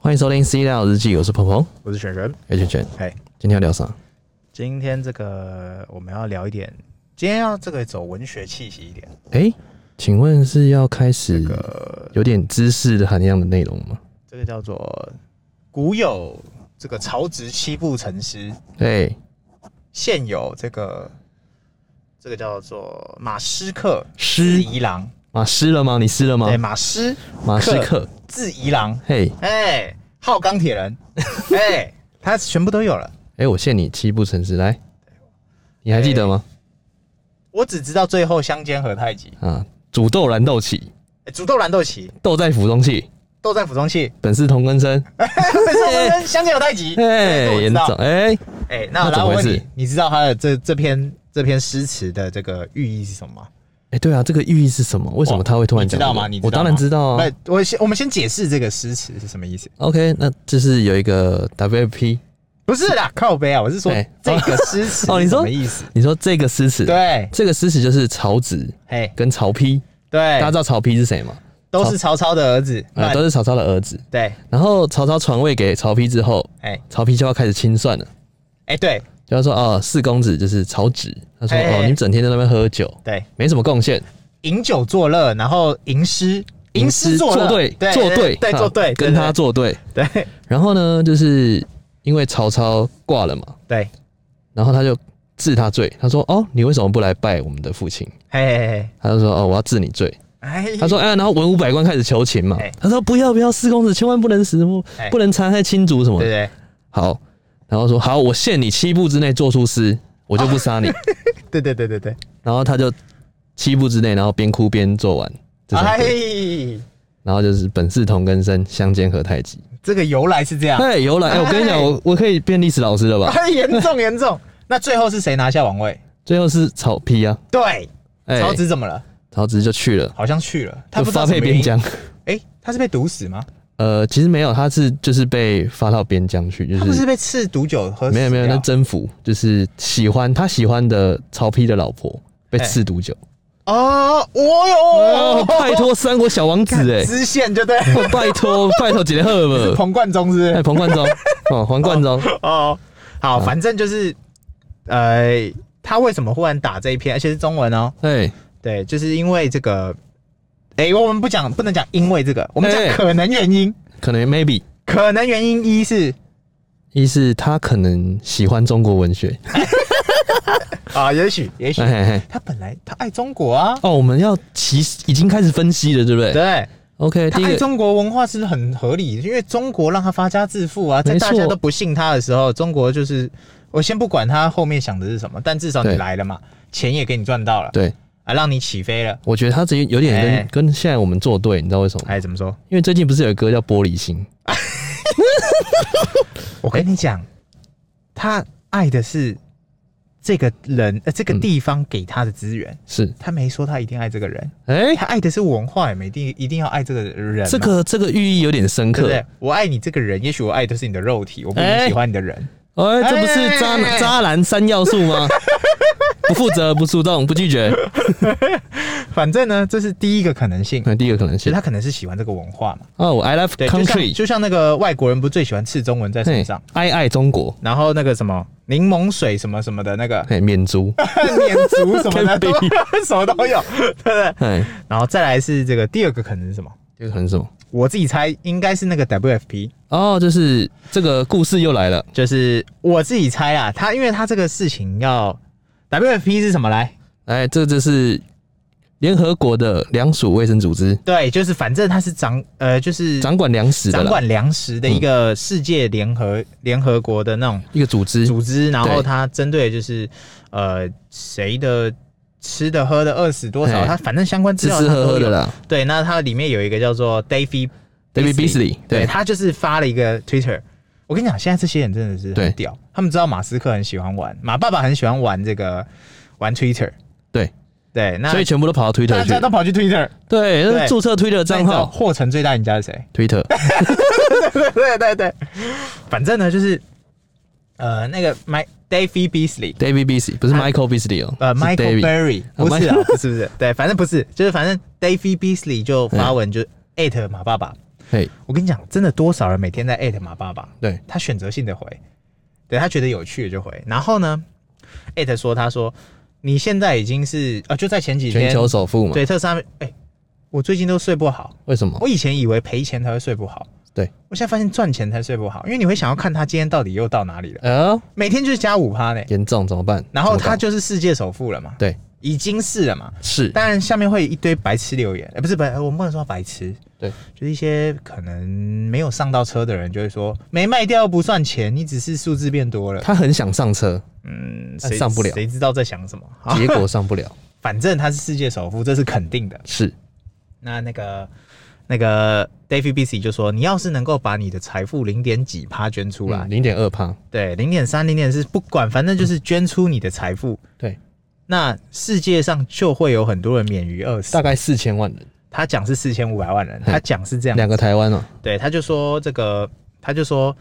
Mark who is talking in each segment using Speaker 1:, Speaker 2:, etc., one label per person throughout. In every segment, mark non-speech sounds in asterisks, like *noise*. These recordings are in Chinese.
Speaker 1: 欢迎收听《C 料日记》，我是鹏鹏，
Speaker 2: 我是璇璇。
Speaker 1: 哎，圈圈，
Speaker 2: 嘿，
Speaker 1: 今天要聊啥？
Speaker 2: 今天这个我们要聊一点，今天要这个走文学气息一点。
Speaker 1: 哎、请问是要开始
Speaker 2: 呃，
Speaker 1: 有点知识的含量的内容吗？
Speaker 2: 这个叫做古有这个曹植七步成诗，
Speaker 1: 哎、
Speaker 2: 现有这个这个叫做马诗客
Speaker 1: 诗
Speaker 2: 字宜郎，
Speaker 1: 马湿了吗？你湿了吗
Speaker 2: 对，？马诗
Speaker 1: 马斯克，
Speaker 2: 字宜郎，
Speaker 1: 嘿，
Speaker 2: 哎，号钢
Speaker 1: *laughs*
Speaker 2: 铁人，哎，他全部都有了。
Speaker 1: 哎、我限你七步成诗，来，你还记得吗？
Speaker 2: 我只知道最后相煎何太急，
Speaker 1: 啊，煮豆燃豆萁，
Speaker 2: 哎煮豆燃豆萁，
Speaker 1: 豆在釜中泣，
Speaker 2: 豆在釜
Speaker 1: *laughs*
Speaker 2: 中泣，
Speaker 1: 本是同根
Speaker 2: *laughs*
Speaker 1: 生。
Speaker 2: 相煎何太急。
Speaker 1: 哎、
Speaker 2: 这我知
Speaker 1: 严
Speaker 2: 道
Speaker 1: 总，哎、
Speaker 2: 哎、
Speaker 1: 那
Speaker 2: 那
Speaker 1: 怎
Speaker 2: 来
Speaker 1: 么
Speaker 2: 我
Speaker 1: 回
Speaker 2: 问
Speaker 1: 事
Speaker 2: 你，你知道他的这这篇这篇诗词的这个寓意是什么吗？
Speaker 1: 哎、对啊，这个寓意是什么？为什么他会突然
Speaker 2: 你知
Speaker 1: 讲、这
Speaker 2: 道
Speaker 1: 个
Speaker 2: 吗？你
Speaker 1: 我当然知道啊。
Speaker 2: 那我先我们先解释这个诗词是什么意思。
Speaker 1: OK，那就是有一个 WFP，
Speaker 2: 不是啦，靠背啊，我是说
Speaker 1: *laughs* 哎
Speaker 2: 这个诗词
Speaker 1: *laughs* 哦你
Speaker 2: 是什
Speaker 1: 说
Speaker 2: 么意思？
Speaker 1: 你说这个诗词，
Speaker 2: 对，
Speaker 1: 这个诗词就是曹植
Speaker 2: 哎，
Speaker 1: 跟曹丕，大家
Speaker 2: 对
Speaker 1: 知，道曹丕是谁吗？
Speaker 2: 都是曹操的儿子，
Speaker 1: 啊，
Speaker 2: 乱
Speaker 1: 都是曹操的儿子。
Speaker 2: 对，
Speaker 1: 然后曹操传位给曹丕之后，
Speaker 2: 哎
Speaker 1: 曹丕就要开始清算了，
Speaker 2: 哎，对
Speaker 1: 就要说哦，四公子就是曹植，他说
Speaker 2: 哎哎
Speaker 1: 哦，
Speaker 2: 哎
Speaker 1: 你们整天在那边喝酒，
Speaker 2: 对，
Speaker 1: 没什么贡献，
Speaker 2: 饮酒作乐，然后吟诗，吟诗作
Speaker 1: 作
Speaker 2: 乐，
Speaker 1: 对
Speaker 2: 对
Speaker 1: 作
Speaker 2: 对
Speaker 1: 对
Speaker 2: 对
Speaker 1: 啊
Speaker 2: 作对，
Speaker 1: 跟他作对。
Speaker 2: 对对
Speaker 1: 然后呢，就是因为曹操挂了嘛，
Speaker 2: 对，
Speaker 1: 然后他就治他罪，他说哦，你为什么不来拜我们的父亲？
Speaker 2: 嘿嘿嘿，
Speaker 1: 他就说哦，我要治你罪。
Speaker 2: 哎，
Speaker 1: 他说：“哎、然后文武百官开始求情嘛
Speaker 2: 哎。
Speaker 1: 他说：‘不要不要，四公子千万不能死，不
Speaker 2: 哎
Speaker 1: 不能残害亲族什么
Speaker 2: 对
Speaker 1: 的。
Speaker 2: 对
Speaker 1: 好，然后说：‘好，我限你七步之内做出诗，我就不杀
Speaker 2: *laughs*
Speaker 1: 你。
Speaker 2: 对对对对对，
Speaker 1: 然后他就七步之内，然后边哭边做完这首歌
Speaker 2: 哎，
Speaker 1: 然后就是“本是同根生，相煎何太急
Speaker 2: 这个由来是
Speaker 1: *laughs*
Speaker 2: 这”。样，
Speaker 1: 哎，由来，哎，我跟你讲，
Speaker 2: 啊哎
Speaker 1: 我我可以变历史老师了吧？
Speaker 2: 哎，严重严重。那最后是谁拿下王位？
Speaker 1: 最后是曹丕啊，
Speaker 2: 对，
Speaker 1: 哎，
Speaker 2: 曹植怎么了？
Speaker 1: 曹植就去了，
Speaker 2: 好像去了，他
Speaker 1: 就
Speaker 2: 不知道
Speaker 1: 发
Speaker 2: 什么
Speaker 1: 配
Speaker 2: 原
Speaker 1: 边
Speaker 2: 因。
Speaker 1: 疆。
Speaker 2: 哎，他是被毒死吗？
Speaker 1: 呃，其实没有，他是就是被发到边疆去，就
Speaker 2: 他不是被赐毒酒喝死
Speaker 1: 没有没有，
Speaker 2: 掉
Speaker 1: 那征服就是喜欢他喜欢的曹丕的老婆被
Speaker 2: 哎
Speaker 1: 刺毒酒。
Speaker 2: 哦，我
Speaker 1: 哦
Speaker 2: 有，，
Speaker 1: 拜托三国小王子哎、
Speaker 2: 支线就
Speaker 1: *laughs*
Speaker 2: 对，
Speaker 1: 哦拜托拜托杰赫
Speaker 2: *laughs*
Speaker 1: 尔，
Speaker 2: 彭贯中是
Speaker 1: 哎
Speaker 2: 不是？
Speaker 1: 彭贯
Speaker 2: *laughs*
Speaker 1: 中哦黄贯中，
Speaker 2: 哦，好，反正就是，呃，他为什么忽然打这一篇，而且是中文哦？
Speaker 1: 哎
Speaker 2: 对，就是因为这个，哎，我们不讲，不能讲因为这个，我们
Speaker 1: 哎
Speaker 2: 讲可能原因。
Speaker 1: 可能 maybe
Speaker 2: 可能原因一是
Speaker 1: 一是他可能喜欢中国文
Speaker 2: *laughs*
Speaker 1: 学，
Speaker 2: 啊，也许也许
Speaker 1: 哎嘿嘿。
Speaker 2: 他本来他爱中国啊，
Speaker 1: 哦，我们要其实已经开始分析了，对不对
Speaker 2: 对，
Speaker 1: ？OK，
Speaker 2: 他
Speaker 1: 第一
Speaker 2: 爱
Speaker 1: 个
Speaker 2: 中国文化是不是很合理？因为中国让他发家致富啊，在
Speaker 1: 没错
Speaker 2: 大家都不信他的时候，中国就是我先不管他后面想的是什么，但至少
Speaker 1: 对
Speaker 2: 你来了嘛，钱也给你赚到了，
Speaker 1: 对，
Speaker 2: 啊，让你起飞了。
Speaker 1: 我觉得他直接有点跟、
Speaker 2: 哎
Speaker 1: 跟现在我们作对，你知道为什么吗？
Speaker 2: 哎，怎么说？
Speaker 1: 因为最近不是有一歌叫《玻璃心》，
Speaker 2: 我跟你讲，他爱的是这个人，呃，这个
Speaker 1: 嗯
Speaker 2: 地方给他的资源。
Speaker 1: 是
Speaker 2: 他没说他一定爱这个人，
Speaker 1: 哎、
Speaker 2: 他爱的是文化，也没一定一定要爱这个人嘛。
Speaker 1: 这个这个寓意有点深
Speaker 2: 对
Speaker 1: 刻
Speaker 2: 不，对？我爱你这个人，也许我爱的是你的肉体，我不一
Speaker 1: 哎
Speaker 2: 定喜欢你的人。
Speaker 1: 哎、这不是渣男、
Speaker 2: 哎
Speaker 1: 渣男三要素
Speaker 2: *laughs*
Speaker 1: 吗？不负责、不主动、不拒绝，
Speaker 2: 反正呢，这是第一个可能性。
Speaker 1: 那第一个可能
Speaker 2: 其实
Speaker 1: 性
Speaker 2: 他可能是喜欢这个文化嘛，
Speaker 1: 哦，I love
Speaker 2: 对，就像
Speaker 1: country，
Speaker 2: 就像那个外国人不是最喜欢刺中文在身上，
Speaker 1: 爱爱中国，
Speaker 2: 然后那个什么柠檬水什么什么的那个
Speaker 1: *laughs* 哎，免族，
Speaker 2: 免族什么的都 *laughs* 什么都有，对不对？
Speaker 1: 哎，
Speaker 2: 然后再来是这个第二个可能是什么？
Speaker 1: 这个可能是什么？
Speaker 2: 我自己猜应该是那个 WFP，
Speaker 1: 哦，就是这个故事又来了，
Speaker 2: 就是我自己猜啊，他因为他这个事情要 WFP 是什么来？
Speaker 1: 哎，这就是联合国的粮署卫生组织，
Speaker 2: 对，就是反正他是掌呃就是
Speaker 1: 掌管粮食的
Speaker 2: 掌
Speaker 1: 啦，
Speaker 2: 管粮食的一个世界联合联合国的那种
Speaker 1: 一个组织，
Speaker 2: 组织，然
Speaker 1: 对
Speaker 2: 后它针对的就是呃谁的吃的喝的饿死多少，
Speaker 1: 哎
Speaker 2: 它反正相关资
Speaker 1: 吃
Speaker 2: 料
Speaker 1: 吃
Speaker 2: 它都
Speaker 1: 喝喝的
Speaker 2: 有。
Speaker 1: 啦
Speaker 2: 对，那它里面有一个叫做 Davy
Speaker 1: ，David Beasley，
Speaker 2: 对
Speaker 1: 对
Speaker 2: 他就是发了一个 Twitter。我跟你讲，现在这些人真的是
Speaker 1: 对
Speaker 2: 很屌，他们知道马斯克很喜欢玩，马爸爸很喜欢玩这个玩 Twitter，
Speaker 1: 对，
Speaker 2: 对，那
Speaker 1: 所以全部都跑到
Speaker 2: 大
Speaker 1: Twitter
Speaker 2: 家都
Speaker 1: 去，
Speaker 2: 跑去 Twitter
Speaker 1: 对，那
Speaker 2: 对
Speaker 1: 注册 Twitter
Speaker 2: 那
Speaker 1: 账
Speaker 2: 你知道
Speaker 1: 号
Speaker 2: 霍成最大赢家是谁？
Speaker 1: ，Twitter，
Speaker 2: 对对对， *laughs* 反正呢就是，呃，那个 My Davey Beasley，
Speaker 1: David Beasley 不是 Michael Beasley 哦，
Speaker 2: 呃
Speaker 1: 是
Speaker 2: ，Michael
Speaker 1: David
Speaker 2: Berry
Speaker 1: 啊
Speaker 2: 不是啊
Speaker 1: Michael，嗯
Speaker 2: 不是不是，对，反正不是，就是反正 Davey Beasley 就发文就艾特马爸爸，
Speaker 1: 嘿，
Speaker 2: 我跟你讲，真的多少人每天在艾特马爸爸，
Speaker 1: 对，
Speaker 2: 他选择性的回，对他觉得有趣的就回。然后呢，艾特说他说你现在已经是啊，就在前几天
Speaker 1: 全球首富嘛，
Speaker 2: 对特斯拉，哎、我最近都睡不好。
Speaker 1: 为什么？
Speaker 2: 我以前以为赔钱才会睡不好，
Speaker 1: 对
Speaker 2: 我现在发现赚钱才睡不好，因为你会想要看他今天到底又到哪里了，
Speaker 1: 呃，
Speaker 2: 每天就是加五趴呢。
Speaker 1: 严重怎么办？
Speaker 2: 然后
Speaker 1: 怎么
Speaker 2: 他
Speaker 1: 搞
Speaker 2: 就是世界首富了嘛，
Speaker 1: 对
Speaker 2: 已经是了嘛。
Speaker 1: 是
Speaker 2: 当然，下面会有一堆白痴留言，哎、不是白，我们不能说白痴，
Speaker 1: 对，
Speaker 2: 就是一些可能没有上到车的人就会说，没卖掉不算钱，你只是数字变多了。
Speaker 1: 他很想上车，
Speaker 2: 嗯，
Speaker 1: 但
Speaker 2: 谁
Speaker 1: 上不了
Speaker 2: 谁知道在想什么？好，
Speaker 1: 结果上不了，嗯
Speaker 2: 反正他是世界首富， *laughs* 这是肯定的。
Speaker 1: 是
Speaker 2: 那那个那个 David b c 就说，你要是能够把你的财富零点几趴捐出来，
Speaker 1: 零点二趴，
Speaker 2: 对，零点三、零点四，不管，反正就是捐出你的财富，
Speaker 1: 对，
Speaker 2: 那世界上就会有很多人免于饿死
Speaker 1: 大。概四千万人，
Speaker 2: 他讲是四千五百万人，
Speaker 1: 嘿
Speaker 2: 他讲是这样，
Speaker 1: 两个台湾啊，
Speaker 2: 对，他就说这个，他就说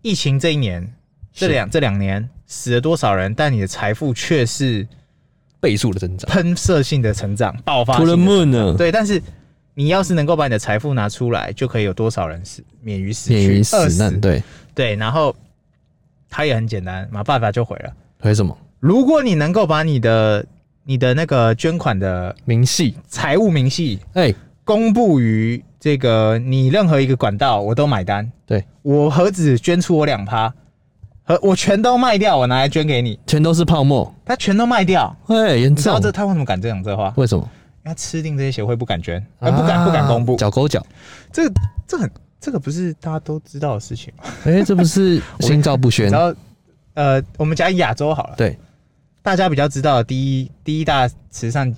Speaker 2: 疫情这一年，这
Speaker 1: 是
Speaker 2: 两这两年死了多少人，但你的财富却是
Speaker 1: 倍数的增长，
Speaker 2: 喷射性的成长，爆发
Speaker 1: 除
Speaker 2: 性
Speaker 1: 了
Speaker 2: 的
Speaker 1: moon 呢，
Speaker 2: 对，但是你要是能够把你的财富拿出来，就可以有多少人死免于死去
Speaker 1: 免于死
Speaker 2: 饿
Speaker 1: 难，对，
Speaker 2: 对，然后他也很简单，马爸爸就回了，
Speaker 1: 为什么？
Speaker 2: 如果你能够把你的你的那个捐款的
Speaker 1: 明细，
Speaker 2: 财务明细
Speaker 1: 哎、
Speaker 2: 公布于这个你任何一个管道，我都买单。
Speaker 1: 对
Speaker 2: 我何止捐出我两趴，和我全都卖掉，我拿来捐给你，
Speaker 1: 全都是泡沫，
Speaker 2: 他全都卖掉。
Speaker 1: 哎、严
Speaker 2: 你知道
Speaker 1: 重，
Speaker 2: 这他为什么敢这讲这话？
Speaker 1: 为什么？
Speaker 2: 因为他吃定这些协会不敢捐，
Speaker 1: 啊
Speaker 2: 呃、不敢不敢公布
Speaker 1: 啊。脚勾脚，
Speaker 2: 这个这很这个不是大家都知道的事情吗？
Speaker 1: 哎、这不 *laughs* 是心照不宣
Speaker 2: 然，后呃，我们讲亚洲好了，
Speaker 1: 对，
Speaker 2: 大家比较知道的第一第一大慈善，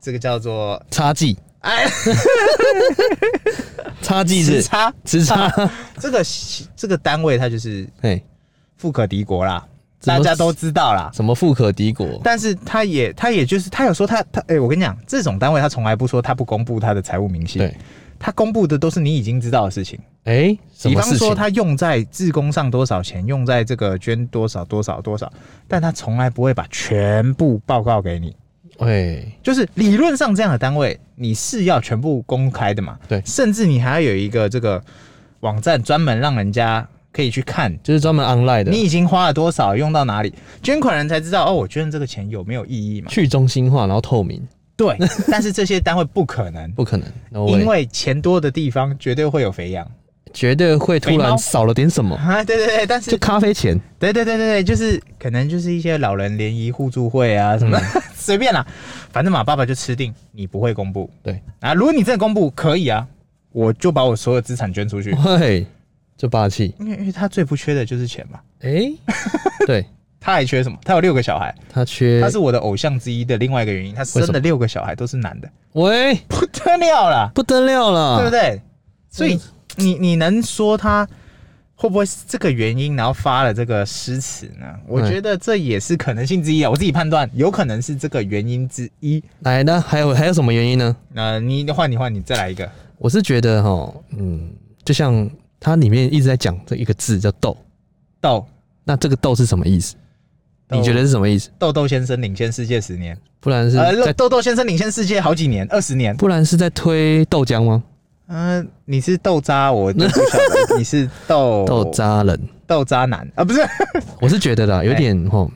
Speaker 2: 这个叫做
Speaker 1: 差距，
Speaker 2: 哎，
Speaker 1: *laughs* 差距是
Speaker 2: 时差
Speaker 1: 直差，
Speaker 2: 这个这个单位，它就是
Speaker 1: 哎、
Speaker 2: 富可敌国啦，
Speaker 1: 怎
Speaker 2: 大
Speaker 1: 么
Speaker 2: 家都知道啦。
Speaker 1: 什么富可敌国，
Speaker 2: 但是他也他也就是他有说他他哎、我跟你讲，这种单位他从来不说他不公布他的财务明细，
Speaker 1: 对，
Speaker 2: 他公布的都是你已经知道的事情。
Speaker 1: 哎、什
Speaker 2: 比
Speaker 1: 么
Speaker 2: 方
Speaker 1: 事
Speaker 2: 说
Speaker 1: 情？
Speaker 2: 他用在自工上多少钱，用在这个捐多少多少多少，但他从来不会把全部报告给你。
Speaker 1: 哎、
Speaker 2: 就是理论上这样的单位，你是要全部公开的嘛？
Speaker 1: 对
Speaker 2: 甚至你还要有一个这个网站专门让人家可以去看
Speaker 1: 就是专门 online 的
Speaker 2: 你，已经花了多少，用到哪里，捐款人才知道哦，我捐这个钱有没有意义嘛？
Speaker 1: 去中心化，然后透明，
Speaker 2: 对， *laughs* 但是这些单位不可能，
Speaker 1: 不可能，no way
Speaker 2: 因为钱多的地方绝对会有肥羊。
Speaker 1: 绝对会突
Speaker 2: 肥猫
Speaker 1: 然少了点什么，
Speaker 2: 啊，对对对，但是
Speaker 1: 就咖啡钱，
Speaker 2: 对对对对对，就是可能就是一些老人联谊互助会啊什么的，
Speaker 1: 嗯
Speaker 2: *laughs* 随便啦，反正马爸爸就吃定你不会公布
Speaker 1: 对，
Speaker 2: 啊。如果你真的公布，可以啊，我就把我所有资产捐出去，
Speaker 1: 嘿，就霸气，
Speaker 2: 因为因为他最不缺的就是钱嘛。
Speaker 1: 哎、 *laughs* 对
Speaker 2: 他还缺什么？他有六个小孩，
Speaker 1: 他缺
Speaker 2: 他，是我的偶像之一的另外一个原因，他生
Speaker 1: 为什
Speaker 2: 的
Speaker 1: 么
Speaker 2: 六个小孩都是男的， *laughs*
Speaker 1: 喂，
Speaker 2: 不得了啦，
Speaker 1: 不得了了，
Speaker 2: 对不对？所以
Speaker 1: 嗯
Speaker 2: 你你能说他会不会是这个原因，然后发了这个诗词呢？我觉得这也是可能性之一啊。我自己判断，有可能是这个原因之一。
Speaker 1: 来，那还有还有什么原因呢？
Speaker 2: 那、你换你换你再来一个，
Speaker 1: 我是觉得哈，嗯，就像它里面一直在讲这一个字叫“斗
Speaker 2: 豆”，
Speaker 1: 那这个“斗”是什么意思？
Speaker 2: 斗
Speaker 1: 你觉得是什么意思？
Speaker 2: 豆豆先生领先世界十年，
Speaker 1: 不然是
Speaker 2: 呃，
Speaker 1: 在，
Speaker 2: 豆豆先生领先世界好几年，二十年。
Speaker 1: 不然是在推豆浆吗？
Speaker 2: 嗯、你是豆渣，我就不晓
Speaker 1: *laughs*
Speaker 2: 得你是豆
Speaker 1: 豆渣人，
Speaker 2: 豆渣男啊，不是
Speaker 1: 我是觉得啦，有点吼，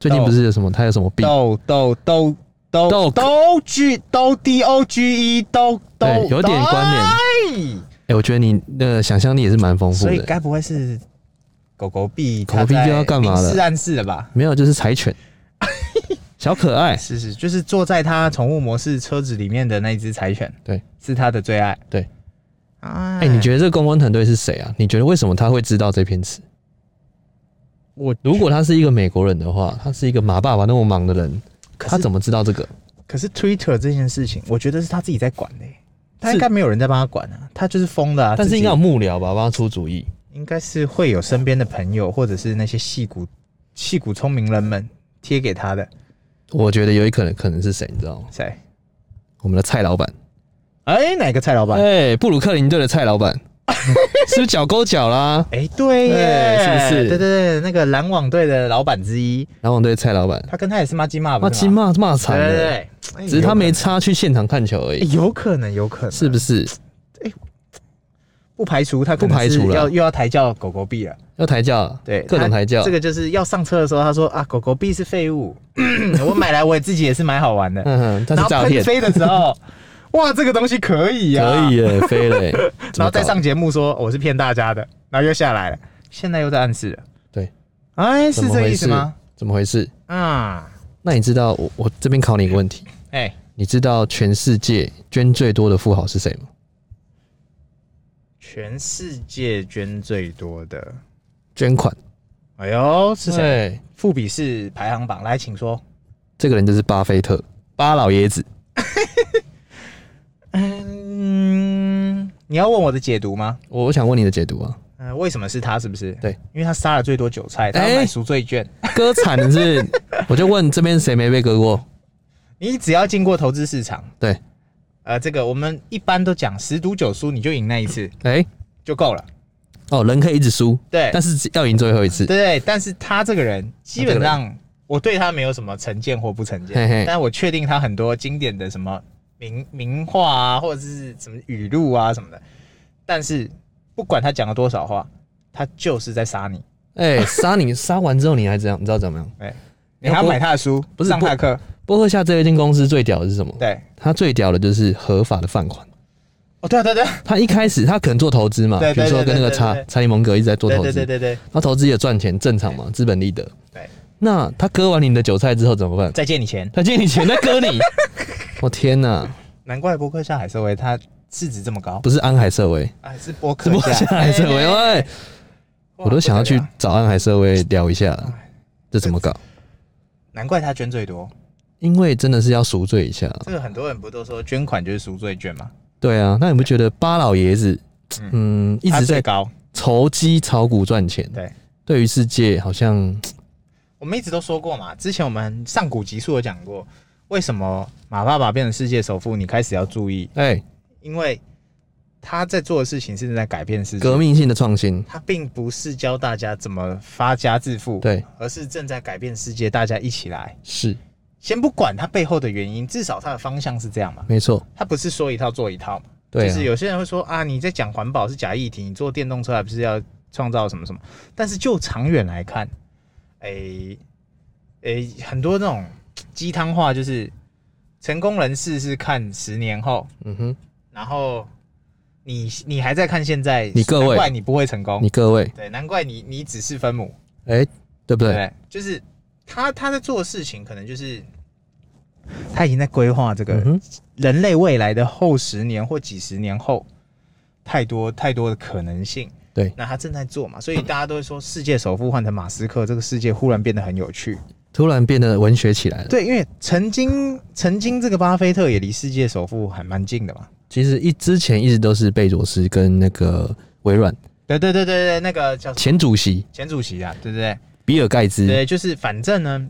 Speaker 1: 最近不是有什么他有什么病？
Speaker 2: 哎豆豆豆豆
Speaker 1: 豆
Speaker 2: 豆 G 豆 D O G E 豆豆
Speaker 1: 对，有点关联。
Speaker 2: 联。
Speaker 1: 哎，我觉得你的想象力也是蛮丰富
Speaker 2: 所以
Speaker 1: 的。
Speaker 2: 该不会是狗狗币？
Speaker 1: 狗狗币又要干嘛了
Speaker 2: 是暗示了吧？
Speaker 1: 没有，就是柴犬，
Speaker 2: *laughs*
Speaker 1: 小可爱，
Speaker 2: 是是，就是坐在它宠物模式车子里面的那只柴犬，
Speaker 1: 对，
Speaker 2: 是它的最爱。
Speaker 1: 对，
Speaker 2: 啊，
Speaker 1: 哎、你觉得这个公关团队是谁啊？你觉得为什么他会知道这篇词？
Speaker 2: 我
Speaker 1: 如果他是一个美国人的话，他是一个马爸爸那么忙的人，
Speaker 2: 可
Speaker 1: 他
Speaker 2: 是
Speaker 1: 怎么知道这个？
Speaker 2: 可是 Twitter 这件事情，我觉得是他自己在管的、他应该没有人在帮他管啊，他就是疯的啊。
Speaker 1: 但是应该有
Speaker 2: 自
Speaker 1: 幕僚吧，帮他出主意。
Speaker 2: 己应该是会有身边的朋友，或者是那些戏骨戏骨聪明人们贴给他的。
Speaker 1: 我觉得有一可能可能是谁，你知道吗？
Speaker 2: 谁？
Speaker 1: 我们的蔡老板，
Speaker 2: 哎、哪个蔡老板？哎、
Speaker 1: 哎、布鲁克林队的蔡老板， *laughs* 是不是脚勾脚啦？
Speaker 2: 对耶，
Speaker 1: 哎是不是
Speaker 2: 对对对，那个篮网队的老板之一，
Speaker 1: 篮网队蔡老板，
Speaker 2: 他跟他也是妈鸡骂吧？
Speaker 1: 骂鸡骂骂惨
Speaker 2: 对
Speaker 1: 了，
Speaker 2: 对对，
Speaker 1: 只是他没差去现场看球而
Speaker 2: 哎
Speaker 1: 已，
Speaker 2: 有可能，有可能，
Speaker 1: 是不
Speaker 2: 是？
Speaker 1: 是？
Speaker 2: 不排除他
Speaker 1: 不
Speaker 2: 可能
Speaker 1: 排
Speaker 2: 是
Speaker 1: 除了
Speaker 2: 要又要抬轿狗狗币了。
Speaker 1: 要抬轿，
Speaker 2: 对，
Speaker 1: 各种
Speaker 2: 他
Speaker 1: 抬轿，
Speaker 2: 这个就是要上车的时候，他说啊，狗狗币是废物， *laughs* 我买来我也自己也是买好玩的。
Speaker 1: 嗯哼，它
Speaker 2: 然
Speaker 1: 是
Speaker 2: 后
Speaker 1: 诈
Speaker 2: 喷
Speaker 1: 骗，
Speaker 2: 飞的时候，哇，这个东西可以呀、
Speaker 1: 可以耶，飞啊嘞， *laughs* 怎
Speaker 2: 然
Speaker 1: 么
Speaker 2: 后再
Speaker 1: 搞
Speaker 2: 上节目说我是骗大家的，然后又下来了，现在又在暗示了。
Speaker 1: 对，
Speaker 2: 哎，
Speaker 1: 怎
Speaker 2: 是
Speaker 1: 么
Speaker 2: 这
Speaker 1: 回
Speaker 2: 意
Speaker 1: 事
Speaker 2: 思吗？？
Speaker 1: 怎么回事？
Speaker 2: 啊，
Speaker 1: 那你知道我我这边考你一个问题，
Speaker 2: 哎，
Speaker 1: 你知道全世界捐最多的富豪是谁吗？
Speaker 2: 全世界捐最多的，
Speaker 1: 捐款
Speaker 2: 哎呦，是谁？
Speaker 1: 谁？
Speaker 2: 富比士排行榜，来，请说。
Speaker 1: 这个人就是巴菲特，巴老爷子。
Speaker 2: 嗯，你要问我的解读吗？
Speaker 1: 我我想问你的解读啊，
Speaker 2: 嗯、为什么是他？是不是？
Speaker 1: 对，
Speaker 2: 因为他杀了最多韭菜，他
Speaker 1: 哎
Speaker 2: 要买赎罪券。
Speaker 1: 割惨的是，我就问这边谁没被割过？
Speaker 2: 你只要经过投资市场，
Speaker 1: 对，
Speaker 2: 呃，这个我们一般都讲十赌九输，你就赢那
Speaker 1: *coughs*
Speaker 2: 一次
Speaker 1: 哎、
Speaker 2: 就够了。
Speaker 1: 哦，人可以一直输，
Speaker 2: 对，
Speaker 1: 但是只要赢最后一次。
Speaker 2: 对，但是他这个人基本上，我对他没有什么成见或不成见，
Speaker 1: 嘿嘿
Speaker 2: 但我确定他很多经典的什么名名话啊，或者是什么语录啊什么的。但是不管他讲了多少话，他就是在杀你。
Speaker 1: 哎、杀你杀完之后你还怎样？你知道怎么样？
Speaker 2: 哎、你还要买他的书，
Speaker 1: 不是
Speaker 2: 上他的课，
Speaker 1: 波克夏这一间公司最屌的是什么？
Speaker 2: 对。
Speaker 1: 它最屌的就是合法的放款。
Speaker 2: 哦，对啊，对啊对啊，
Speaker 1: 他一开始他可能做投资嘛，
Speaker 2: 对对
Speaker 1: 比如说跟那个
Speaker 2: 对对对
Speaker 1: 查
Speaker 2: 对
Speaker 1: 查理蒙格一直在做
Speaker 2: 对
Speaker 1: 投
Speaker 2: 对
Speaker 1: 资
Speaker 2: 对，对对，
Speaker 1: 他投资也赚钱，正常嘛，资本利得。
Speaker 2: 对，
Speaker 1: 那他割完你的韭菜之后怎么办？
Speaker 2: 再借你钱，
Speaker 1: 他借你钱，再割
Speaker 2: *laughs*
Speaker 1: 你。我、天哪，
Speaker 2: 难怪伯克夏海瑟薇他市值这么高，
Speaker 1: 不是安海瑟薇，
Speaker 2: 哎，是伯
Speaker 1: 是
Speaker 2: 克
Speaker 1: 不
Speaker 2: 夏
Speaker 1: 是安海瑟
Speaker 2: 哎
Speaker 1: 薇？喂，
Speaker 2: 哇
Speaker 1: 我都想要
Speaker 2: 不
Speaker 1: 去
Speaker 2: 得了哎
Speaker 1: 找安海瑟薇聊一下，这怎么搞？
Speaker 2: 难怪他捐最多，
Speaker 1: 因为真的是要赎罪一下。
Speaker 2: 这个很多人不都说捐款就是赎罪券吗？
Speaker 1: 对啊，那你不觉得巴老爷子，嗯，一
Speaker 2: 他
Speaker 1: 直
Speaker 2: 最
Speaker 1: 在
Speaker 2: 高，
Speaker 1: 筹集炒股赚钱，
Speaker 2: 对，
Speaker 1: 对于世界好像
Speaker 2: 我们一直都说过嘛，之前我们上古集数有讲过，为什么马爸爸变成世界首富，你开始要注意，
Speaker 1: 哎
Speaker 2: 因为他在做的事情是在改变世
Speaker 1: 革
Speaker 2: 界，
Speaker 1: 命性的创新。
Speaker 2: 他并不是教大家怎么发家致富，，
Speaker 1: 对，
Speaker 2: 而是正在改变世界，大家一起来。
Speaker 1: 是
Speaker 2: 先不管他背后的原因，至少他的方向是这样嘛，
Speaker 1: 没错。
Speaker 2: 他不是说一套做一套嘛。
Speaker 1: 对、
Speaker 2: 就
Speaker 1: 啊，
Speaker 2: 是有些人会说啊，你在讲环保是假议题，你做电动车还不是要创造什么什么？但是就长远来看，诶、诶、很多那种鸡汤话就是，成功人士是看十年后，
Speaker 1: 嗯哼，
Speaker 2: 然后你你还在看现在，
Speaker 1: 你各位
Speaker 2: 难怪你不会成功
Speaker 1: 你，各位，
Speaker 2: 对，难怪你你只是分母，
Speaker 1: 哎、对不
Speaker 2: 对不
Speaker 1: 对？
Speaker 2: 对，就是他他在做的事情，可能就是他已经在规划这个
Speaker 1: 嗯哼，
Speaker 2: 人类未来的后十年或几十年后，太多太多的可能性。
Speaker 1: 对
Speaker 2: 那他正在做嘛，所以大家都会说世界首富换成马斯克，这个世界忽然变得很有趣。
Speaker 1: 突然变得文学起来了。
Speaker 2: 对，因为曾经曾经这个巴菲特也离世界首富还蛮近的嘛。
Speaker 1: 其实一之前一直都是贝佐斯跟那个微软
Speaker 2: 对对对对对，那个叫什么
Speaker 1: 前主席
Speaker 2: 前主席啊，对不对？
Speaker 1: 比尔盖茨，
Speaker 2: 对，就是反正呢，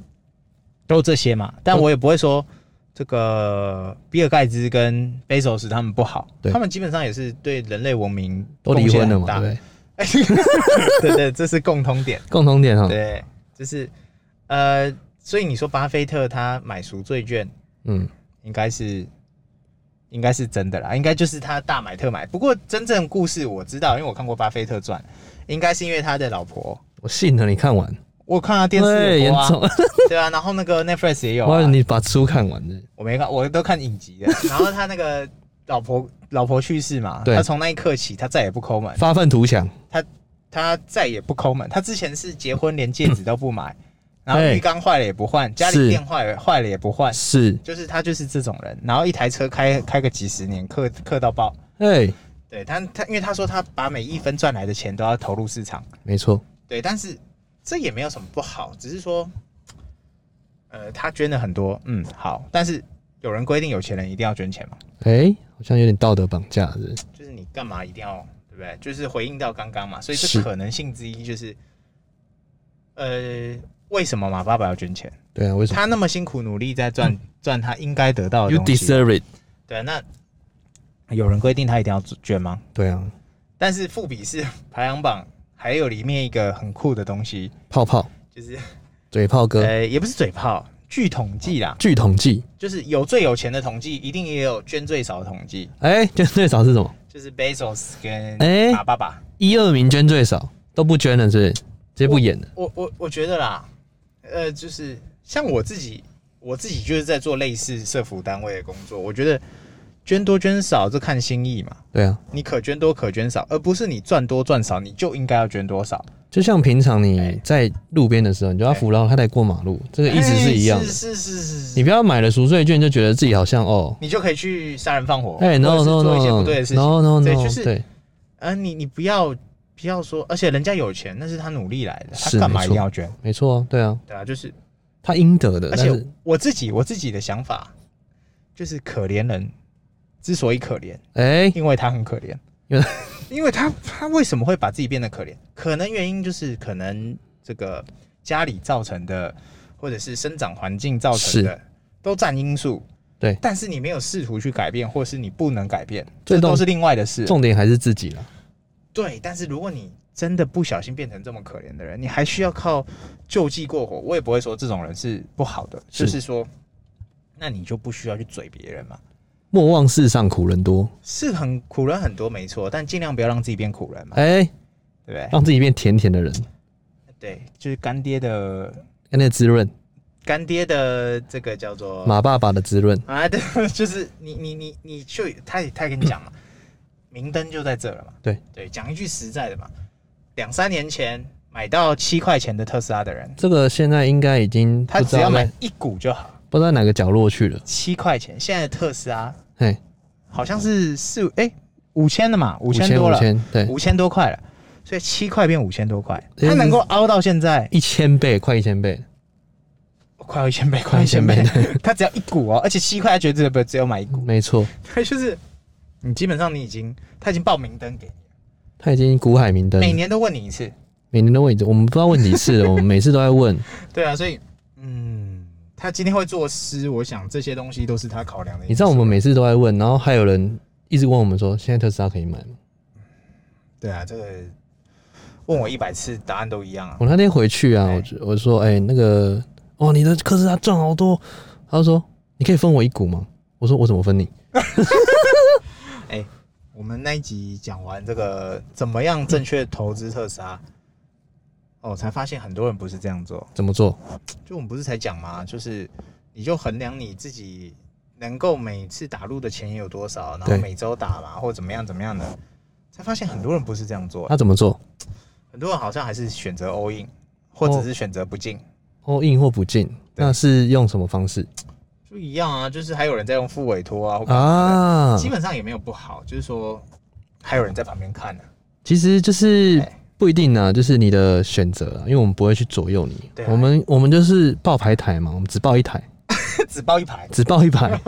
Speaker 2: 都这些嘛。但我也不会说这个比尔盖茨跟贝索斯他们不好，
Speaker 1: 对
Speaker 2: 他们基本上也是对人类文明
Speaker 1: 都离婚了
Speaker 2: 贡献很
Speaker 1: 嘛，
Speaker 2: 大
Speaker 1: 对不嗯对？
Speaker 2: *laughs* 对对，这是共通点。
Speaker 1: 共同点哈，
Speaker 2: 对，就是呃，所以你说巴菲特他买赎罪券
Speaker 1: 嗯，
Speaker 2: 应该是应该是真的啦，应该就是他大买特买。不过真正故事我知道，因为我看过《巴菲特传》，应该是因为他的老婆，
Speaker 1: 我信了，你看完，
Speaker 2: 我看他电视
Speaker 1: 对
Speaker 2: 有
Speaker 1: 严
Speaker 2: 播啊，
Speaker 1: 重，
Speaker 2: *laughs* 对啊，然后那个 Netflix 也有、
Speaker 1: 我以
Speaker 2: 啊
Speaker 1: 为，你把书看完了，
Speaker 2: 我没看，我都看
Speaker 1: *laughs*
Speaker 2: 影集的。然后他那个老婆老婆去世嘛，
Speaker 1: 对
Speaker 2: 他从那一刻起，他再也不抠门，
Speaker 1: 发愤图强，
Speaker 2: 他再也不抠门。他之前是结婚连戒指都
Speaker 1: *coughs*
Speaker 2: 不买，然后
Speaker 1: 哎
Speaker 2: 浴缸坏了也不换，家
Speaker 1: 是
Speaker 2: 里电坏了坏了也不换，
Speaker 1: 是，
Speaker 2: 就是他就是这种人。然后一台车开开个几十年，氪氪到爆。
Speaker 1: 哎，
Speaker 2: 对他他，因为他说他把每一分赚来的钱都要投入市场。
Speaker 1: 没错，
Speaker 2: 对，但是这也没有什么不好，只是说，呃，他捐了很多，嗯，好，但是有人规定有钱人一定要捐钱嘛？
Speaker 1: 哎，好像有点道德绑架是不是，
Speaker 2: 就是你干嘛一定要对不对？就是回应到刚刚嘛，所以
Speaker 1: 是
Speaker 2: 这可能性之一就是，呃，为什么马爸爸要捐钱？
Speaker 1: 对啊，为什么
Speaker 2: 他那么辛苦努力在赚赚他应该得到的
Speaker 1: ？You
Speaker 2: 东西，
Speaker 1: deserve it，
Speaker 2: 对，那有人规定他一定要捐吗？
Speaker 1: 对啊，
Speaker 2: 但是富比士排行榜还有里面一个很酷的东西，
Speaker 1: 泡泡
Speaker 2: 就是
Speaker 1: 嘴炮哥，
Speaker 2: 呃，也不是嘴炮，据统计啦，
Speaker 1: 据统计，
Speaker 2: 就是有最有钱的统计，一定也有捐最少的统计，
Speaker 1: *laughs* 哎，捐最少是什么？
Speaker 2: 就是 Bezos 跟
Speaker 1: 哎
Speaker 2: 马爸爸。
Speaker 1: 一二名捐最少，都不捐了是不是？直接不演了。
Speaker 2: 我我我觉得啦，呃，就是像我自己，我自己就是在做类似社服单位的工作，我觉得捐多捐少这看心意嘛，
Speaker 1: 对啊，
Speaker 2: 你可捐多可捐少，而不是你赚多赚少你就应该要捐多少。
Speaker 1: 就像平常你
Speaker 2: 哎
Speaker 1: 在路边的时候，你就要扶老太太过马路，这个意思是一样
Speaker 2: 哎
Speaker 1: 的。
Speaker 2: 是是是是是，
Speaker 1: 你
Speaker 2: 你
Speaker 1: 不要买了赎罪券就觉得自己好像哦，
Speaker 2: 你就可以去杀人放火，
Speaker 1: 哎
Speaker 2: 哦或
Speaker 1: ，no
Speaker 2: 者
Speaker 1: no
Speaker 2: 是做
Speaker 1: no
Speaker 2: 一些不对的事情。
Speaker 1: no no
Speaker 2: 对
Speaker 1: no，
Speaker 2: 就是
Speaker 1: 对，
Speaker 2: 呃，你你不要不要说，而且人家有钱，那是他努力来的，他
Speaker 1: 是
Speaker 2: 干嘛
Speaker 1: 没
Speaker 2: 一
Speaker 1: 错
Speaker 2: 定要捐？
Speaker 1: 没错啊，对啊，
Speaker 2: 对啊，就是，
Speaker 1: 他应得的，
Speaker 2: 而
Speaker 1: 但
Speaker 2: 且
Speaker 1: 是
Speaker 2: 我自己我自己的想法就是，可怜人之所以可怜，
Speaker 1: 哎，
Speaker 2: 因为他很可怜
Speaker 1: 因为，
Speaker 2: 因为他他为什么会把自己变得可怜？可能原因就是可能这个家里造成的，或者是生长环境造成的，都占因素。
Speaker 1: 对
Speaker 2: 但是你没有试图去改变，或是你不能改变，
Speaker 1: 最
Speaker 2: 这
Speaker 1: 重
Speaker 2: 都是另外的事。
Speaker 1: 重点还是自己了。
Speaker 2: 对，但是如果你真的不小心变成这么可怜的人，你还需要靠救济过活，我也不会说这种人是不好的，
Speaker 1: 是
Speaker 2: 就是说，那你就不需要去嘴别人嘛。
Speaker 1: 莫忘世上苦人多，
Speaker 2: 是很苦人很多没错，但尽量不要让自己变苦人嘛，
Speaker 1: 哎，
Speaker 2: 对不对？
Speaker 1: 让自己变甜甜的人，
Speaker 2: 对，就是干爹的
Speaker 1: 那那滋润，
Speaker 2: 干爹的这个叫做
Speaker 1: 马爸爸的滋润，
Speaker 2: 啊，对， *laughs* 就是你你你你就他也他也跟你讲嘛，明灯就在这了嘛。
Speaker 1: 对
Speaker 2: 对，讲一句实在的嘛，两三年前买到七块钱的特斯拉的人，
Speaker 1: 这个现在应该已经
Speaker 2: 他
Speaker 1: 不知
Speaker 2: 只
Speaker 1: 道
Speaker 2: 要买
Speaker 1: 在
Speaker 2: 一股就好，
Speaker 1: 不知道哪个角落去了，
Speaker 2: 七块钱。现在的特斯拉
Speaker 1: 嘿，
Speaker 2: 好像是四哎五千的嘛，五
Speaker 1: 五
Speaker 2: 千多
Speaker 1: 五
Speaker 2: 了，
Speaker 1: 千，对，
Speaker 2: 五千多块了，所以七块变五千多块，
Speaker 1: 哎
Speaker 2: 他能够凹到现在
Speaker 1: 一千倍，快一千倍，
Speaker 2: 快要一千倍，快
Speaker 1: 快
Speaker 2: 要
Speaker 1: 一
Speaker 2: 一
Speaker 1: 千
Speaker 2: 千倍
Speaker 1: 倍，，
Speaker 2: 他只要一股哦，而且七块他绝对不只有买一股， *laughs*
Speaker 1: 没错，
Speaker 2: 对，就是你基本上你已经他已经报明灯给你，
Speaker 1: 他已经股海明灯了，
Speaker 2: 每年都问你一次，
Speaker 1: 每年都问一次，我们不知道问几次了，我们每次都在问，
Speaker 2: *laughs* 对啊，所以嗯，他今天会作诗，我想这些东西都是啊他考量的因素。
Speaker 1: 你知道我们每次都在问，然后还有人一直问我们说，现在特斯拉可以买吗？
Speaker 2: 对啊，这个问我一百次，答案都一样啊。
Speaker 1: 我那天回去啊，
Speaker 2: 哎
Speaker 1: 我就我说，哎、那个，哦，你的特斯拉赚好多，他就说，你可以分我一股吗？我说我怎么分你？
Speaker 2: 我们那一集讲完这个怎么样正确投资特斯拉，哦，才发现很多人不是这样做。
Speaker 1: 怎么做？
Speaker 2: 就我们不是才讲嘛，就是你就衡量你自己能够每次打入的钱有多少，然后
Speaker 1: 对
Speaker 2: 每周打嘛，或怎么样怎么样的，才发现很多人不是这样做
Speaker 1: 他，怎么做？
Speaker 2: 很多人好像还是选择 all in，或者是选择不进，
Speaker 1: 哦，in 或不进，那是用什么方式
Speaker 2: 就一样啊，就是还有人在用付委托啊，或
Speaker 1: 啊
Speaker 2: 基？本上也没有不好，就是说还有人在旁边看呢、啊
Speaker 1: 其实就是
Speaker 2: 哎
Speaker 1: 不一定啊，就是你的选择啊，因为我们不会去左右你。
Speaker 2: 对啊
Speaker 1: 我们我们就是报牌台嘛，我们只报一台，
Speaker 2: 只报一排，
Speaker 1: 只报一
Speaker 2: *laughs*
Speaker 1: 排。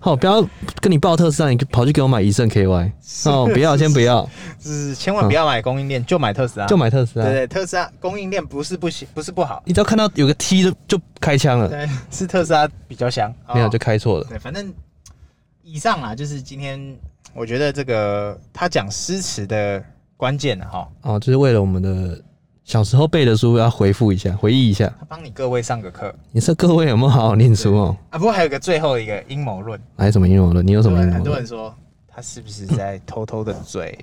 Speaker 1: 好，不要跟你报特斯拉，你跑去给我买一胜 KY 哦，不要，先不要，
Speaker 2: 是千万不要买供应链，就买特斯拉，
Speaker 1: 就买特斯拉
Speaker 2: 对。对，特斯拉供应链不是不行，不是不好，
Speaker 1: 你只要看到有个 T 就就开枪了，
Speaker 2: 对，是特斯拉比较香，
Speaker 1: *laughs* 没有
Speaker 2: 哦
Speaker 1: 就开错了。
Speaker 2: 对，反正以上啦，就是今天我觉得这个他讲诗词的关键哈、哦，
Speaker 1: 哦，就是为了我们的小时候背的书要回复一下，回忆一下。
Speaker 2: 他帮你各位上个课
Speaker 1: 你说各位有没有好好念书哦？
Speaker 2: 啊。不过还有个最后一个阴谋论，
Speaker 1: 来什么阴谋论？你有什么
Speaker 2: 对
Speaker 1: 阴
Speaker 2: 很
Speaker 1: 谋
Speaker 2: 多
Speaker 1: 论
Speaker 2: 人？说他是不是在偷偷的嘴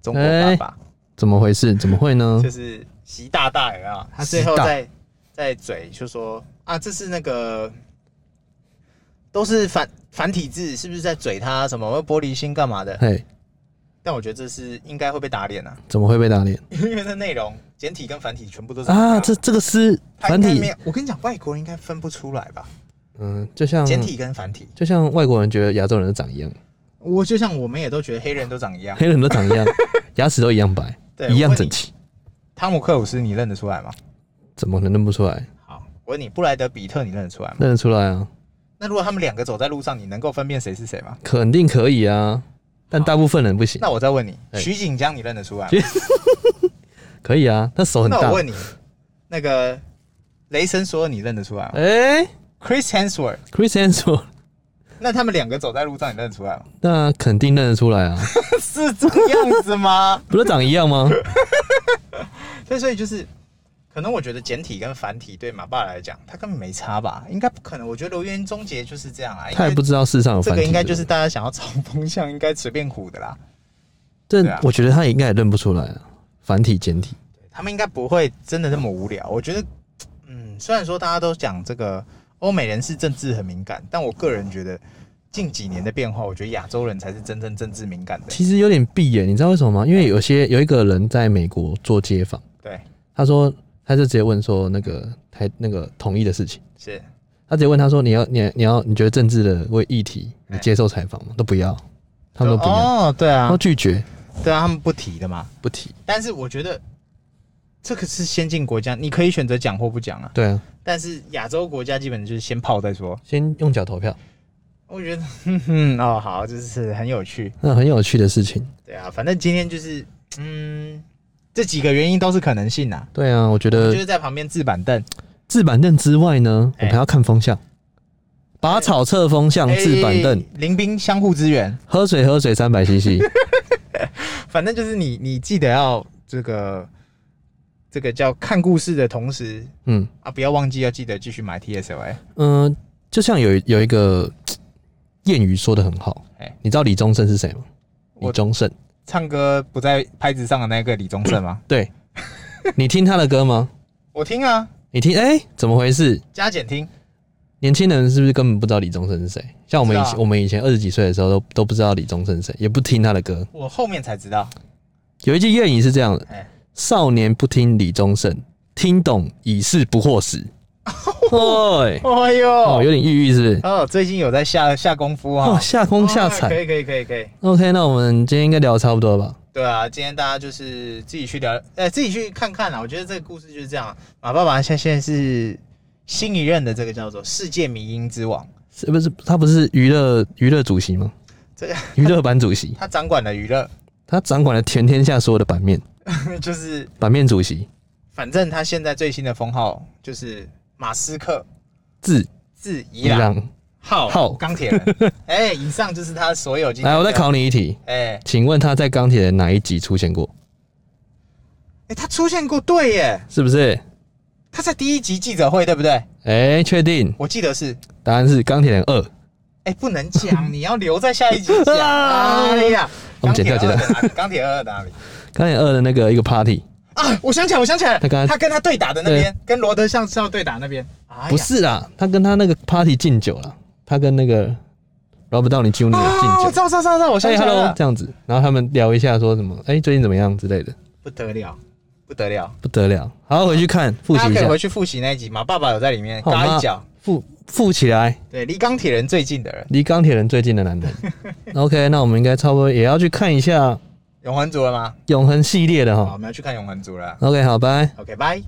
Speaker 2: 中国爸爸，
Speaker 1: 怎么回事？怎么会呢
Speaker 2: 就？是习大大有没有？他最
Speaker 1: 嗯习
Speaker 2: 后
Speaker 1: 大
Speaker 2: 在在嘴就说啊，这是那个都是繁繁体字，是不是在嘴他什么玻璃心干嘛的？
Speaker 1: 嘿，
Speaker 2: 但我觉得这是应该会被打脸啊， *laughs*
Speaker 1: 怎么会被打脸
Speaker 2: 因为这内容简体跟繁体全部都是一样
Speaker 1: 啊？
Speaker 2: 的
Speaker 1: 这这个是
Speaker 2: 他
Speaker 1: 繁
Speaker 2: 应该
Speaker 1: 体
Speaker 2: 没，有，我跟你讲，外国人应该分不出来吧？
Speaker 1: 嗯，就像
Speaker 2: 简体跟繁体，
Speaker 1: 就像外国人觉得亚洲人都长一样，
Speaker 2: 我就像我们也都觉得黑人都长一样。
Speaker 1: 黑人都长一样，
Speaker 2: *laughs*
Speaker 1: 牙齿都一样白，
Speaker 2: 对
Speaker 1: 一样
Speaker 2: 我问
Speaker 1: 整
Speaker 2: 你
Speaker 1: 齐，
Speaker 2: 汤姆克鲁斯你认得出来吗？
Speaker 1: 怎么可能认不出来？
Speaker 2: 好，我问你，布莱德比特你认得出来吗？
Speaker 1: 认得出来啊，
Speaker 2: 那如果他们两个走在路上，你能够分辨谁是谁吗？
Speaker 1: 肯定可以啊，但大部分人不行。
Speaker 2: 那我再问你，
Speaker 1: 哎
Speaker 2: 徐锦江你认得出来吗
Speaker 1: 徐？可以啊，他手很
Speaker 2: 那
Speaker 1: 大
Speaker 2: 我。问你，那个雷神索尔你认得出来吗
Speaker 1: 哎
Speaker 2: ？Chris Hemsworth，
Speaker 1: ，Chris a n s w o r
Speaker 2: 那他们两个走在路上你认得出来吗？
Speaker 1: 那肯定认得出来啊，
Speaker 2: *laughs* 是这样子吗？
Speaker 1: 不是长一样吗？
Speaker 2: *laughs* 所以，所以就是，可能我觉得简体跟繁体对马爸来讲，他根本没差吧？应该不可能。我觉得留言终结就是这样啊，因为
Speaker 1: 他也不知道世上有
Speaker 2: 这
Speaker 1: 繁
Speaker 2: 个
Speaker 1: 体
Speaker 2: 应
Speaker 1: 字
Speaker 2: 该就是大家想要找风向，应该随便唬的啦。
Speaker 1: 这
Speaker 2: 对啊
Speaker 1: 我觉得他也应该也认不出来啊，繁体简体。
Speaker 2: 他们应该不会真的那么无聊。我觉得，嗯，虽然说大家都讲这个欧美人是政治很敏感，但我个人觉得近几年的变化，我觉得亚洲人才是真正政治敏感的。
Speaker 1: 其实有点闭眼，你知道为什么吗？因为有些有一个人在美国做街访，
Speaker 2: 对，
Speaker 1: 他说他就直接问说那个台那个统一的事情，
Speaker 2: 是
Speaker 1: 他直接问他说你要你你要你觉得政治的为议题你
Speaker 2: 哎
Speaker 1: 接受采访吗？都不要，他们都不要，
Speaker 2: 哦，对
Speaker 1: 他
Speaker 2: 啊
Speaker 1: 都，拒绝
Speaker 2: 对啊，他们不提的嘛。
Speaker 1: 不提。
Speaker 2: 但是我觉得这个是先进国家，你可以选择讲或不讲啊。
Speaker 1: 对啊，
Speaker 2: 但是亚洲国家基本就是先泡再说。
Speaker 1: 先用脚投票，
Speaker 2: 我觉得，哼哼，哦，好，这是很有趣。
Speaker 1: 那很有趣的事情。
Speaker 2: 对啊，反正今天就是，嗯，这几个原因都是可能性啊。
Speaker 1: 对啊，我觉
Speaker 2: 就
Speaker 1: 得
Speaker 2: 是在旁边置板凳，
Speaker 1: 置板凳之外呢，我
Speaker 2: 哎
Speaker 1: 们还要看风向，拔草测风向，置板凳
Speaker 2: 哎，临兵相互支援，
Speaker 1: 喝水喝水三百 CC，
Speaker 2: 反正就是你你记得要这个这个叫看故事的同时
Speaker 1: *laughs* 嗯。
Speaker 2: 啊，不要忘记要记得继续买 TSLA。
Speaker 1: 嗯，就像有有一个谚语说的很好，
Speaker 2: 哎
Speaker 1: 你知道李宗盛是谁吗？
Speaker 2: 我
Speaker 1: 李宗盛，
Speaker 2: 唱歌不在拍子上的那个李宗盛
Speaker 1: *coughs*
Speaker 2: 吗？
Speaker 1: 对，你听他的歌吗？
Speaker 2: 我听啊，
Speaker 1: 你听，哎、怎么回事？
Speaker 2: 加减听，
Speaker 1: 年轻人是不是根本不知道李宗盛是谁？像我们以
Speaker 2: 不知
Speaker 1: 前，
Speaker 2: 道
Speaker 1: 我们以前二十几岁的时候都都不知道李宗盛是谁，也不听他的歌。
Speaker 2: 我后面才知道。
Speaker 1: 有一句谚语是这样的
Speaker 2: 哎：
Speaker 1: 少年不听李宗盛，听懂已是不惑时。
Speaker 2: *laughs*
Speaker 1: 对，
Speaker 2: 哎
Speaker 1: 哦，
Speaker 2: 呦，
Speaker 1: 有点寓意是不是？
Speaker 2: 哦，最近有在下下功夫
Speaker 1: 哦，
Speaker 2: 啊，
Speaker 1: 下空下
Speaker 2: 哦可
Speaker 1: 踩。
Speaker 2: 以可以可以可以。
Speaker 1: OK，那我们今天应该聊得差不多了吧？
Speaker 2: 对啊，今天大家就是自己去聊，呃，自己去看看啦。我觉得这个故事就是这样啊。马爸爸现现在是新一任的这个叫做世界迷音之王，
Speaker 1: 是不是他不是娱乐娱乐主席吗？
Speaker 2: 这个
Speaker 1: 娱乐版主席，
Speaker 2: 他掌管了娱乐， *laughs*
Speaker 1: 他掌管了全天下所有的版面，
Speaker 2: 就是
Speaker 1: 版面主席
Speaker 2: 反正他现在最新的封号就是马斯克，
Speaker 1: 自
Speaker 2: 字伊
Speaker 1: 伊
Speaker 2: 朗
Speaker 1: 朗。
Speaker 2: 号
Speaker 1: 浩
Speaker 2: 钢铁人。哎、以上就是他所有今天
Speaker 1: 来，我再
Speaker 2: 的。
Speaker 1: 考你一题，
Speaker 2: 哎、哎、
Speaker 1: 请问他在钢铁人哪一集出现过？
Speaker 2: 哎他出现过，对耶，
Speaker 1: 是不是？
Speaker 2: 他在第一集记者会，对不对？
Speaker 1: 哎、确定？
Speaker 2: 我记得是。
Speaker 1: 答案是钢铁人二。
Speaker 2: 哎、不能
Speaker 1: *laughs*
Speaker 2: 讲，你要留在下一集讲。
Speaker 1: 啊
Speaker 2: 哎呀，
Speaker 1: 我们
Speaker 2: 钢
Speaker 1: 剪
Speaker 2: 铁
Speaker 1: 掉剪掉
Speaker 2: 二的哪里？钢铁二的哪里？
Speaker 1: 钢铁二的那个一个 party，
Speaker 2: 啊，我想起来，我想起来了，
Speaker 1: 他
Speaker 2: 他
Speaker 1: 刚才
Speaker 2: 跟他对打的那边，跟罗德像是要对打那边，哎呀
Speaker 1: 不是啦，他跟他那个 party 敬酒啦，他跟那个 Robert Downey Jr. 敬
Speaker 2: 啊，我
Speaker 1: 酒
Speaker 2: 知。道，我知道，知道，我想
Speaker 1: 哎
Speaker 2: 起来
Speaker 1: ，hello，
Speaker 2: 了，
Speaker 1: 这样子，然后他们聊一下说什么？哎、最近怎么样之类的，
Speaker 2: 不得了，不得了，
Speaker 1: 不得了，好好回去看复习
Speaker 2: 大
Speaker 1: 一
Speaker 2: 家可以
Speaker 1: 下
Speaker 2: 回，去复习那一集嘛，爸爸有在里面
Speaker 1: 好
Speaker 2: 嘎
Speaker 1: 妈
Speaker 2: 一脚，
Speaker 1: 复复起来。
Speaker 2: 对，离钢铁人最近的人，
Speaker 1: 离钢铁人最近的男
Speaker 2: *laughs*
Speaker 1: 人。OK，那我们应该差不多也要去看一下
Speaker 2: 永恒族了吗？
Speaker 1: 永恒系列的
Speaker 2: 好，我
Speaker 1: 哈。
Speaker 2: 们要去看永恒族了
Speaker 1: OK，好，拜。
Speaker 2: ，OK，拜。